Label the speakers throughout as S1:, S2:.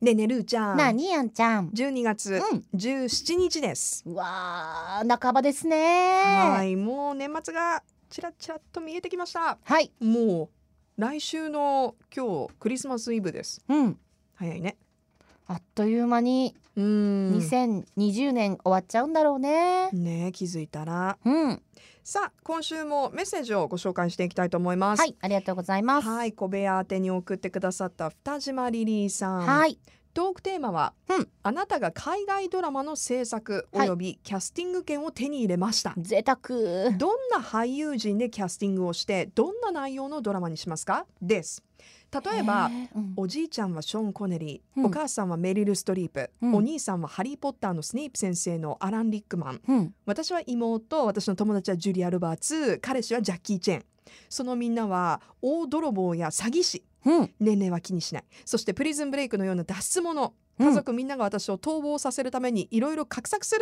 S1: ねえねえるーちゃん
S2: なにやんちゃん。
S1: 12月
S2: う
S1: 17日です、
S2: ん。うわあ、半ばですね。
S1: は
S2: はい。
S1: いもう年末がちらちらっと見えてきました
S2: はい。
S1: もう来週の今日クリスマスイブです
S2: うん。
S1: 早いね
S2: あっという間に
S1: うーん
S2: 2020年終わっちゃうんだろうね。
S1: ねえ気づいたら
S2: うん。
S1: さあ今週もメッセージをご紹介していきたいと思います
S2: はい、ありがとうございます。は
S1: はい小部屋宛てに送ってくださった二島リリーさん
S2: い。
S1: トークテーマは、
S2: うん
S1: あなたが海外ドラマの制作お
S2: はい
S1: よびキャスティング権を手に入れました、
S2: 贅沢。
S1: どんな俳優陣でキャスティングをしてどんな内容のドラマにしますかです例えば、
S2: へー、うん
S1: おじいちゃんはショーン・コネリー、
S2: うん
S1: お母さんはメリル・ストリープ、
S2: うん
S1: お兄さんはハリー・ポッターのスネイプ先生のアラン・リックマン
S2: うん。
S1: 私は妹私の友達はジュリア・ルバーツ彼氏はジャッキー・チェンそのみんなは大泥棒や詐欺師
S2: うん。
S1: 年齢は気にしないそしてプリズンブレイクのような脱出者
S2: うん
S1: 家族みんなが私を逃亡させるためにいろいろ画策する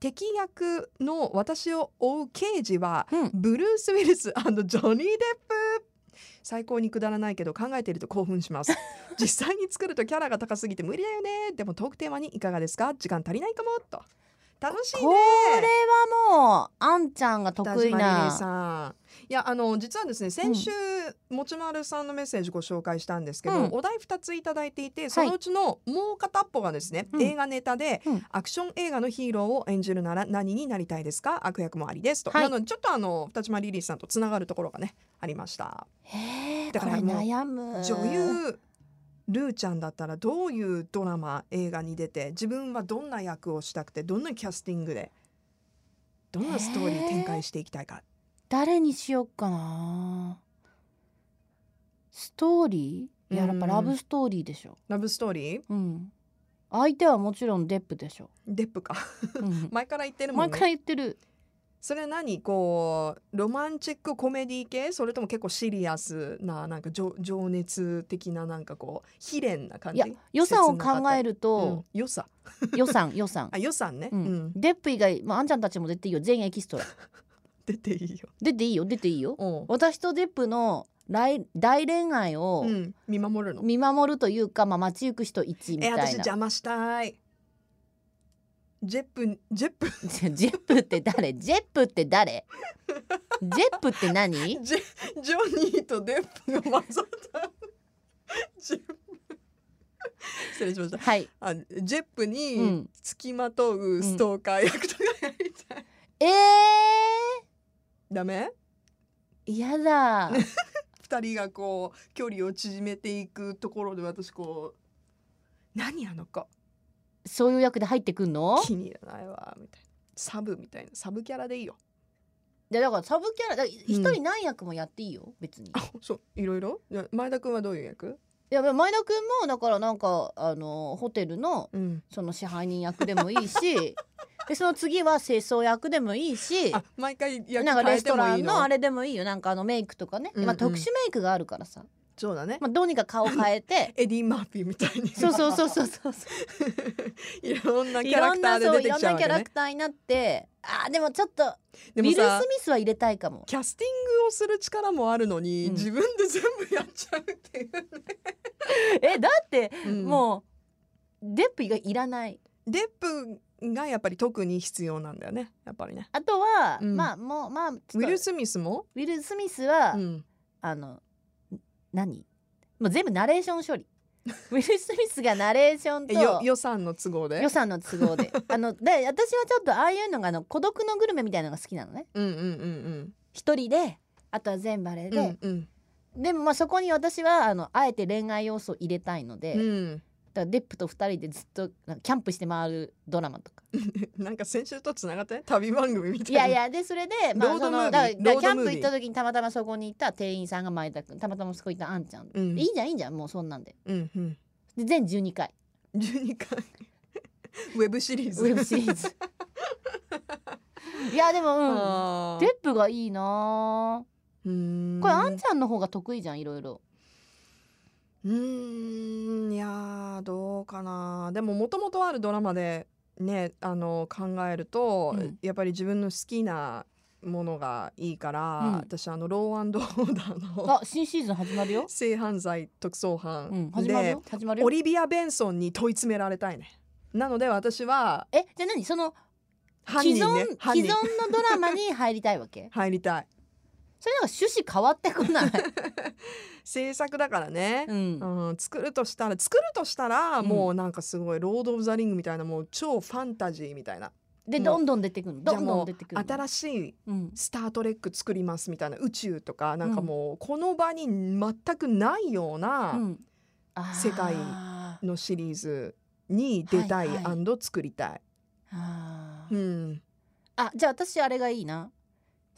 S1: 敵役の私を追う刑事は
S2: うん。
S1: ブルース・ウィルスジョニー・デップ最高にくだらないけど考えていると興奮します 実際に作るとキャラが高すぎて無理だよねでもトークテーマにいかがですか時間足りないかもと楽しいね
S2: これはもうあんちゃんが得
S1: 田島リ
S2: 意
S1: リー
S2: な。
S1: さんいやあの実はですね先週、もちまるさんのメッセージご紹介したんですけど、
S2: うん
S1: お題2ついただいていてそのうちのもう片っぽがですね、
S2: うん
S1: 映画ネタで、
S2: うん
S1: アクション映画のヒーローを演じるなら何になりたいですか悪役もありですと、
S2: はい
S1: なのでちょっとあの二島リリーさんとつながるところがねありました、
S2: へえ、
S1: だ
S2: こ
S1: から
S2: れ
S1: もう
S2: 悩む。
S1: 女。優ルーちゃんだったらどういうドラマ映画に出て自分はどんな役をしたくてどんなキャスティングでどんなストーリー展開していきたいか
S2: 誰にしよっかな。ストーリー？いや、やっぱラブストーリーでしょ。
S1: ラブストーリー
S2: うん。相手はもちろんデップ でしょ。
S1: デップか
S2: うん
S1: 前から言ってるも
S2: 毎
S1: んね
S2: 回言ってる。
S1: それ何こうロマンチックコメディ系それとも結構シリアスななんか情情熱的ななんかこう悲恋な感
S2: い
S1: じ
S2: や予算を考える
S1: うん
S2: と、
S1: 予算
S2: 予算予算
S1: あ。予算ね、
S2: う
S1: うんん
S2: デップ以外、まあ、あんちゃんたちも出ていいよ全員エキストラ
S1: 出ていいよ、
S2: 出ていいよ出ていいよ
S1: う
S2: 私とデップの来大恋愛を
S1: んうん、見守るの
S2: 見守るというか、まあ、街行く人1み
S1: え
S2: た
S1: 私
S2: いな、
S1: 邪魔したいジェップジェップ
S2: ジェップって誰ジェップって誰ジェップって何
S1: ジェジョニーとデップが混ざったジェップ失礼しました
S2: はい、
S1: あジェップ
S2: う
S1: に
S2: ん、
S1: つきまとうストーカー役とかやりたい、
S2: えー、
S1: ダメ
S2: やだ
S1: 二人がこう距離を縮めていくところで私こう何あの子
S2: そういう役で入ってくんの
S1: 気に入らないわみたいなサブみたいなサブキャラでいいよ
S2: でだからサブキャラだから一
S1: うん
S2: 人何役もやっていいよ別に、い
S1: あそういろいろいや前田君はどういう役
S2: や前田君もだからなんかあのホテルの
S1: うん
S2: その支配人役でもいい しでその次は清掃役でもいいし
S1: あ毎回役
S2: なんか
S1: 変
S2: レ
S1: え
S2: ス
S1: て
S2: ト
S1: も
S2: ラ
S1: いい
S2: ン
S1: の
S2: のあれでもいいよなんかあのメイクとかね、
S1: うんうん
S2: まあ、特殊メイクがあるからさ、
S1: そうだね
S2: まあ、どうにか顔変えて
S1: エディ・マーフィーみたいに
S2: そうそうそうそうそうそ
S1: いろんな
S2: う
S1: キ
S2: い
S1: ャラ
S2: ろ
S1: ク
S2: ん
S1: ター
S2: な
S1: で
S2: そ
S1: 出
S2: うい
S1: て
S2: ろ
S1: き
S2: ん
S1: ちゃう
S2: な
S1: わけ
S2: キャラ
S1: ね
S2: クターになってあーでもちょっとウ
S1: でも
S2: ィル・ス
S1: さ
S2: ミスは入れたいかも
S1: キャスティングをする力もあるのに、
S2: うん
S1: 自分で全部やっちゃうっていう
S2: えだって、
S1: うん
S2: もうデップがいらない
S1: デップがやっぱり特に必要なんだよねやっぱりね
S2: あとは、
S1: うん
S2: まあもうまあちょっと
S1: ウィル・スミスも、
S2: ウィル・スミスは、
S1: うん、
S2: あのん何もう全部ナレーショ ン処理ウィル・スミスがナレーション
S1: えよ
S2: と
S1: 予算の都合で
S2: 予算の都 合であので私はちょっとああいうのがあの孤独のグルメみたいなのが好きなのね
S1: うんうんうん
S2: 一人であとは全部あれ
S1: うんうん
S2: で、
S1: うん
S2: でもまあそこに私はあのあえて恋愛要素を入れたいので、
S1: う
S2: だ
S1: ん
S2: からデップと二人でずっとなんかキャンプして回るドラマとか
S1: なんか先週とつながって旅番組みた
S2: い
S1: いな
S2: やいやでそれでま
S1: ロ
S2: あ
S1: ード
S2: そ
S1: ムービー
S2: のだから
S1: ロー
S2: だからキ
S1: ド
S2: ャン
S1: ムー
S2: プ
S1: ビー
S2: 行った時にたまたまそこにいた店員さんが前田君たまたまそこにいたあんちゃん、
S1: うん
S2: いいじゃんいいじゃんもうそんなんで
S1: うんうん
S2: で全12回
S1: 12回 ウェブシリーズ
S2: ウェブシリーズいやでもうん
S1: あー
S2: デップがいいなあ
S1: うーん
S2: これあんちゃんの方が得意じゃんいろいろ
S1: うーんいやーどうかなでももともとあるドラマでねあの考えると、
S2: うん
S1: やっぱり自分の好きなものがいいから、
S2: うん
S1: 私あのローアンドオーダーの
S2: あ新シーズン始まるよ。
S1: 性犯罪特捜班
S2: うん、始まる
S1: で
S2: よ。始まるよ
S1: オ。リビア・ベンソンに問い詰められたいねなので私は
S2: えじゃあ何その
S1: 犯
S2: 既
S1: 人
S2: 存、
S1: ね犯
S2: 既
S1: 人
S2: 存のドラマに入りたい わけ
S1: 入りたい
S2: それなんか趣旨変わってこない、
S1: 制作だからね
S2: う、ん
S1: う、ん作るとしたら作るとしたら、
S2: うん
S1: もうなんかすごい「ロード・オブ・ザ・リング」みたいなもう超ファンタジーみたいな
S2: で
S1: もう
S2: どんどん出てくるの
S1: じゃ
S2: ど
S1: あ
S2: んど
S1: も
S2: ん
S1: う
S2: 出てくるの
S1: 新しい
S2: う
S1: 「
S2: ん
S1: スター・トレック」作りますみたいな宇宙とかなんかもうこの場に全くないよう
S2: う
S1: なん
S2: あー
S1: 世界
S2: あ
S1: のシリーズに出たい
S2: はいは
S1: 作りたい。
S2: ー
S1: うん
S2: あじゃあ私あれがいいな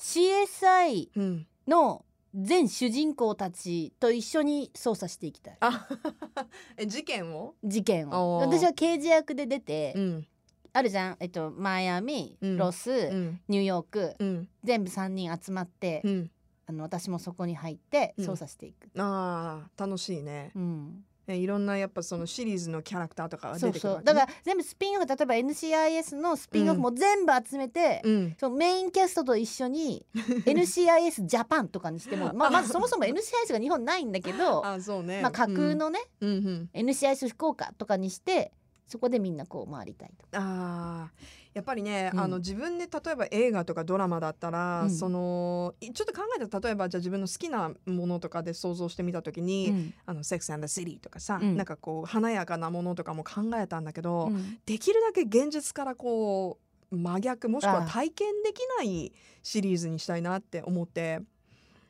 S2: CSI
S1: うん
S2: の全主人公たちと一緒に捜査していきたい
S1: あ え事件を、
S2: 事件を
S1: おー
S2: 私は刑事役で出て、
S1: うん
S2: あるじゃんえっとマイアミ、
S1: うん
S2: ロス、
S1: うん
S2: ニューヨーク
S1: うん
S2: 全部3人集まって、
S1: うん、
S2: あの私もそこに入って
S1: うん
S2: 捜査していく、
S1: あー楽しいね
S2: うん
S1: えいろんなやっぱそのシリーズのキャラクターとかが
S2: そ
S1: 出
S2: う
S1: てくる
S2: そう
S1: わ
S2: だ
S1: けね、
S2: から全部スピンオフ例えば NCIS のスピンオフも全部集めて、
S1: うん
S2: そのメインキャストと一 緒に NCIS ジャパンとかにしても、まあ、まずそもそも NCIS が日本ないんだけど、
S1: あそうね、
S2: まあ、架空のね、
S1: うん、うんうん
S2: NCIS 福岡とかにしてそこでみんなこう回りたいとか。
S1: あーやっぱりね、
S2: うん
S1: あの自分で例えば映画とかドラマだったら、
S2: うん
S1: そのいちょっと考えたら例えばじゃあ自分の好きなものとかで想像してみた時に「
S2: うん
S1: あのセックス・アンド・シティ」とかさ、
S2: うん
S1: なんかこう華やかなものとかも考えたんだけど、
S2: うん
S1: できるだけ現実からこう真逆もしく
S2: あ
S1: は
S2: あ
S1: 体験できないシリーズにしたいなって思って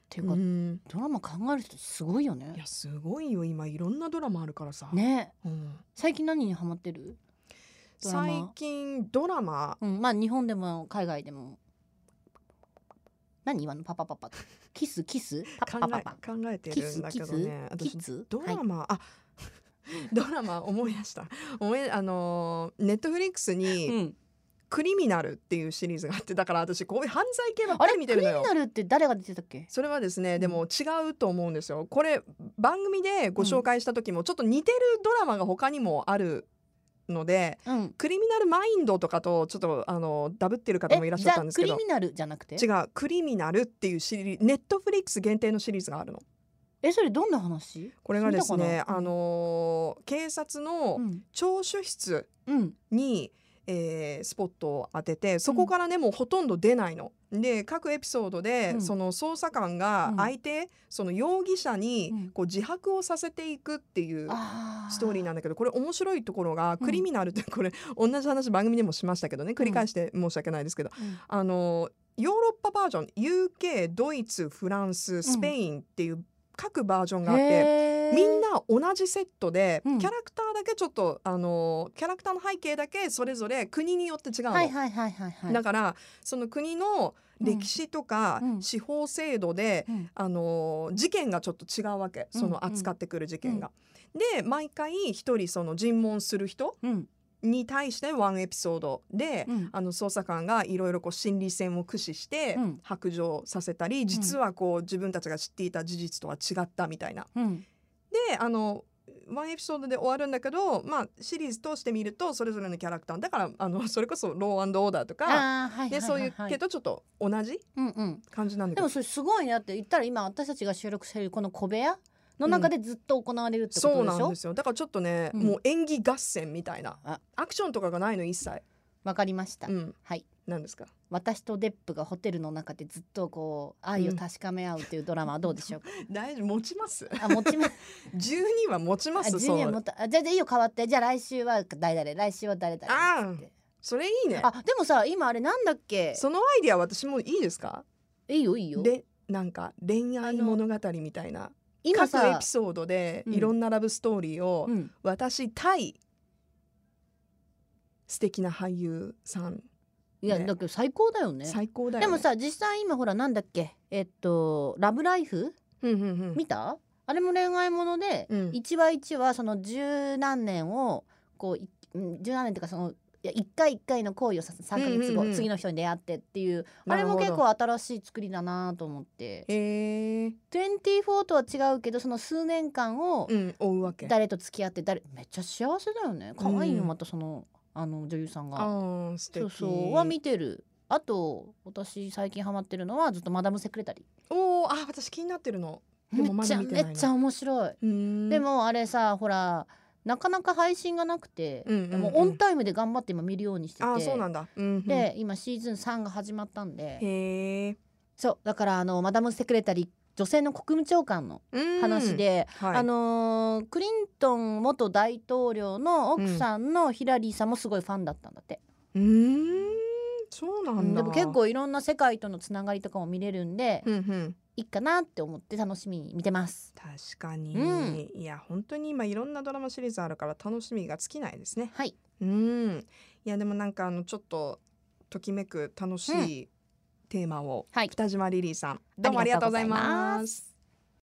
S2: ていうか、
S1: うん
S2: ドラマ考える人すごいよ
S1: い
S2: ね
S1: や。すごいよ今いろんなドラマあるからさ、
S2: ね
S1: うん
S2: 最近何にハマってるドラマ
S1: 最近ドラマ
S2: うん、まあ日本でも海外でも何今のパパパパキスキスパ
S1: 考
S2: パパ
S1: え
S2: パ
S1: 考えて
S2: キ
S1: る
S2: ス
S1: んだ
S2: キ
S1: けど
S2: ス
S1: ね
S2: キ
S1: 私
S2: ス
S1: ドラマ、あ ドラマ思い出した思いあのネットフリックス
S2: はい
S1: に
S2: うん、
S1: 「クリミナル」っていうシリーズがあってだから私こういう犯罪系ばっ
S2: あ
S1: か
S2: れ
S1: り見
S2: クリ
S1: て
S2: ミ
S1: るのよ
S2: ナ。ルって誰が出てたっけ
S1: それはですね、
S2: ん
S1: でも違うと思うんですよこれ番組でご紹介した時もちょっと似てるドラマが他にもあるので、
S2: うん
S1: クリミナルマインドとかとちょっとあのダブってる方もいらっしゃったんですけ
S2: ザ
S1: ど
S2: クリミナルじゃなくて
S1: 違うクリミナルっていうシリネットフリックス限定のシリーズがあるの
S2: えそれどんな話
S1: これがです
S2: 聞い
S1: ね
S2: たかな
S1: あのー警察
S2: う
S1: の
S2: ん
S1: 聴取室
S2: うん
S1: に、えースポットを当ててそこからね、もうほとんど出ないの。で各エピソードで、
S2: うん
S1: その捜査官
S2: う
S1: が
S2: ん
S1: 相手、その容疑者に
S2: うん
S1: こう自白をさせていくっていう
S2: あ
S1: ストーリーなんんだけどこれ面白いところが、
S2: うん
S1: クリミナルって これ同じ話番組でもしましたけどね繰り返して申し訳ないですけど、
S2: うん
S1: あのヨーロッパバージョン UK ドイツフランススペインっていう各バージョンがあって、
S2: へー
S1: みんな同じセットで、
S2: うん
S1: キャラクターだけちょっとあのキャラクターの背景だけそれぞれ国によって違うの、
S2: はいはいはいはいはい
S1: だからその国の歴史とか
S2: うんうん
S1: 司法制度で、
S2: うん
S1: あの事件がちょっと違うわけその扱ってくる事件が。で毎回一人その尋問する人
S2: うん
S1: に対してワンエピソードで、
S2: うん
S1: あの捜査官がいろいろこう心理戦を駆使して
S2: うん
S1: 白状させたり、実はこう自分たちが知っていた事実とは違ったみたいな
S2: うん
S1: であのワンエピソードで終わるんだけど、まあ、シリーズ通してみるとそれぞれのキャラクターだからあの それこそローアンドオーダーとか
S2: あーはいはいはい
S1: でそういう
S2: はい
S1: けどちょっと同じ
S2: うんうん
S1: 感じなんだけ
S2: で
S1: ど
S2: もそれすごいなって言ったら今私たちが収録しているこの小部屋の中でずっと行われるってこ
S1: そ
S2: と
S1: う
S2: で
S1: な
S2: し
S1: ん
S2: ょ
S1: ですよだからちょっとね、
S2: うん
S1: もう演技合戦みたいな
S2: あ
S1: アクションとかがないの一切、
S2: わかりました、
S1: うん、
S2: はい
S1: なんですか
S2: 私とデップがホテルの中でずっとこう愛を確かめ合うというド ラマはどうでしょうか、
S1: 大丈夫持ちます
S2: あ持ちます
S1: 12は持ちま
S2: あ
S1: す
S2: ジュニア
S1: そ
S2: も
S1: う
S2: っとあじゃあじゃあいいよ変わってじゃあ来週は誰々来週は誰々
S1: あー
S2: っつって
S1: それいいね
S2: あでもさ今あれなんだっけ
S1: そのアイディア私もいいですか
S2: いいよいいよ
S1: でなんか恋愛物語みたいな
S2: 今
S1: 各エ
S2: さ
S1: ピ、ソードで
S2: うん
S1: いろんなラブストーリーを、
S2: うん、
S1: 私対素敵な俳優さん、
S2: いや、
S1: ね
S2: だけど最高だよね
S1: 最高だよ、
S2: で
S1: ね、
S2: もさ実際今ほらなんだっけえっと「ラブライフ
S1: うんうんうん」
S2: 見た、あれも恋愛もので、
S1: うん
S2: 一話一話その十何年をこういうん十何年っていうかそのいや一回一回の行為をさ三ヶ月後、
S1: うんうんうん
S2: 次の人に出会ってっていうあ
S1: な
S2: れ
S1: るほ
S2: も
S1: ど
S2: 結構新しい作りだなと思って
S1: へえ
S2: 24とは違うけどその数年間を
S1: うん追うわけ
S2: 誰と付き合って誰めっちゃ幸せだよね可愛いよ
S1: うん
S2: またそのあの女優さんが。
S1: ああ素
S2: そ
S1: 敵
S2: うそうは見てるあと私最近ハマってるのはずっとマダムセクレタリ
S1: おおあ私気になってるの
S2: ー
S1: でも
S2: めっちゃ
S1: まだ見て
S2: め
S1: ないな
S2: っちゃ面白い、
S1: うーん
S2: でもあれさほらなかなか配信がなくて、
S1: うんうんうん
S2: もうオンタイムで頑張って今見るようにしてて
S1: あーそうなんだ、うんうん、
S2: で今シーズン3が始まったんで
S1: へえ
S2: そうだからあのマダムセクレタリー女性の国務長官の話、で、
S1: うんはい、
S2: あのークリントン元大統領の奥さんのヒラリーさんもすごいファンだったんだって、
S1: うーんそうな
S2: うんん
S1: だ、
S2: でも結構いろんな世界とのつながりとかも見れるんで、
S1: うんうん
S2: いいかなって思って楽しみに見てます
S1: 確かに、
S2: うん
S1: いや本当に今いろんなドラマシリーズあるから楽しみが尽きないですね
S2: はい
S1: うんいやでもなんかあのちょっとときめく楽しいテーマを、
S2: はい
S1: 北島リリーさんどうもありがとうござい
S2: ありがとうござい
S1: ま
S2: ます